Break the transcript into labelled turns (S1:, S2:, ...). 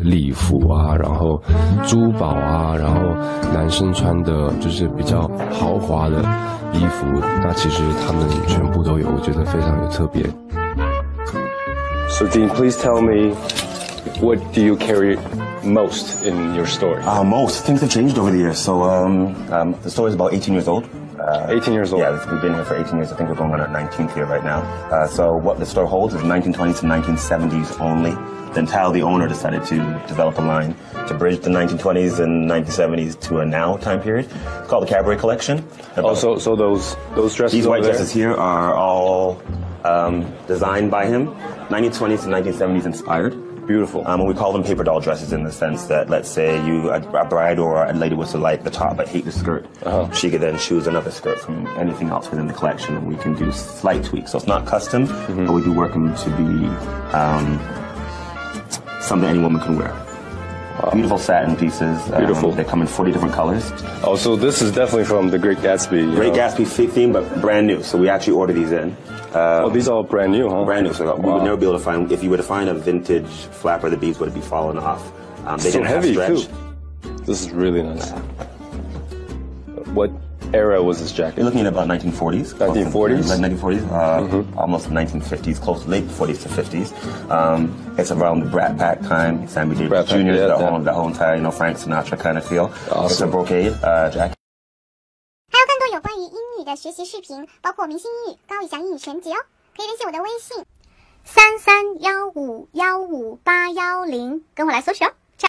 S1: 礼服啊，然后珠宝啊，然后男生穿的就是比较豪华的衣服，那其实他们全部都有，我觉得非常有特别。
S2: So Dean, please tell me, what do you carry most in your store?
S3: Uh, most things have changed over the years. So um, um, the store is about 18 years old. Uh,
S2: 18 years old.
S3: Yeah, this- we've been here for 18 years. I think we're going on our 19th year right now. Uh, so what the store holds is 1920s to 1970s only. Then Tal, the owner, decided to develop a line to bridge the 1920s and 1970s to a now time period. It's called the Cabaret Collection.
S2: Also, Oh, so those those dresses
S3: These
S2: over
S3: white
S2: there?
S3: dresses here are all um, designed by him, 1920s to 1970s inspired.
S2: Beautiful.
S3: Um, and we call them paper doll dresses in the sense that, let's say, you a, a bride or a lady was to like the top but hate the skirt.
S2: Uh-huh.
S3: She could then choose another skirt from anything else within the collection, and we can do slight tweaks. So it's not custom, but we do work them to be um, something any woman can wear. Beautiful satin pieces. um,
S2: Beautiful.
S3: they come in 40 different colors.
S2: oh, so this is definitely from The Great Gatsby. you
S3: Great
S2: know?
S3: Gatsby theme, but brand new. So we actually order these in. Uh,
S2: Oh, these are all brand new, huh?
S3: brand new. So we
S2: Wow.
S3: would never be able to find. If you were to find a vintage flapper, the beads would be falling off. Um, they
S2: so
S3: didn't have
S2: heavy
S3: stretch.
S2: too. This is really nice. What era was this
S3: You're
S2: jacket?
S3: looking at about 1940s.
S2: 1940s?
S3: Late 1940s, uh,
S2: Mm-hmm.
S3: almost 1950s, close to late 40s to 50s. Um, it's around the Brat Pack time, Sammy Davis
S2: Brat
S3: Jr.,
S2: Pack, yeah, yeah.
S3: the, whole, the whole entire, you know, Frank Sinatra kind of feel. It's a
S2: Awesome.
S3: brocade uh, jacket.
S4: 还有更多有关于英语的学习视频，包括明星英语、高以翔英语全集哦。可以联系我的微信三三幺五幺五八幺零，跟我来索取哦。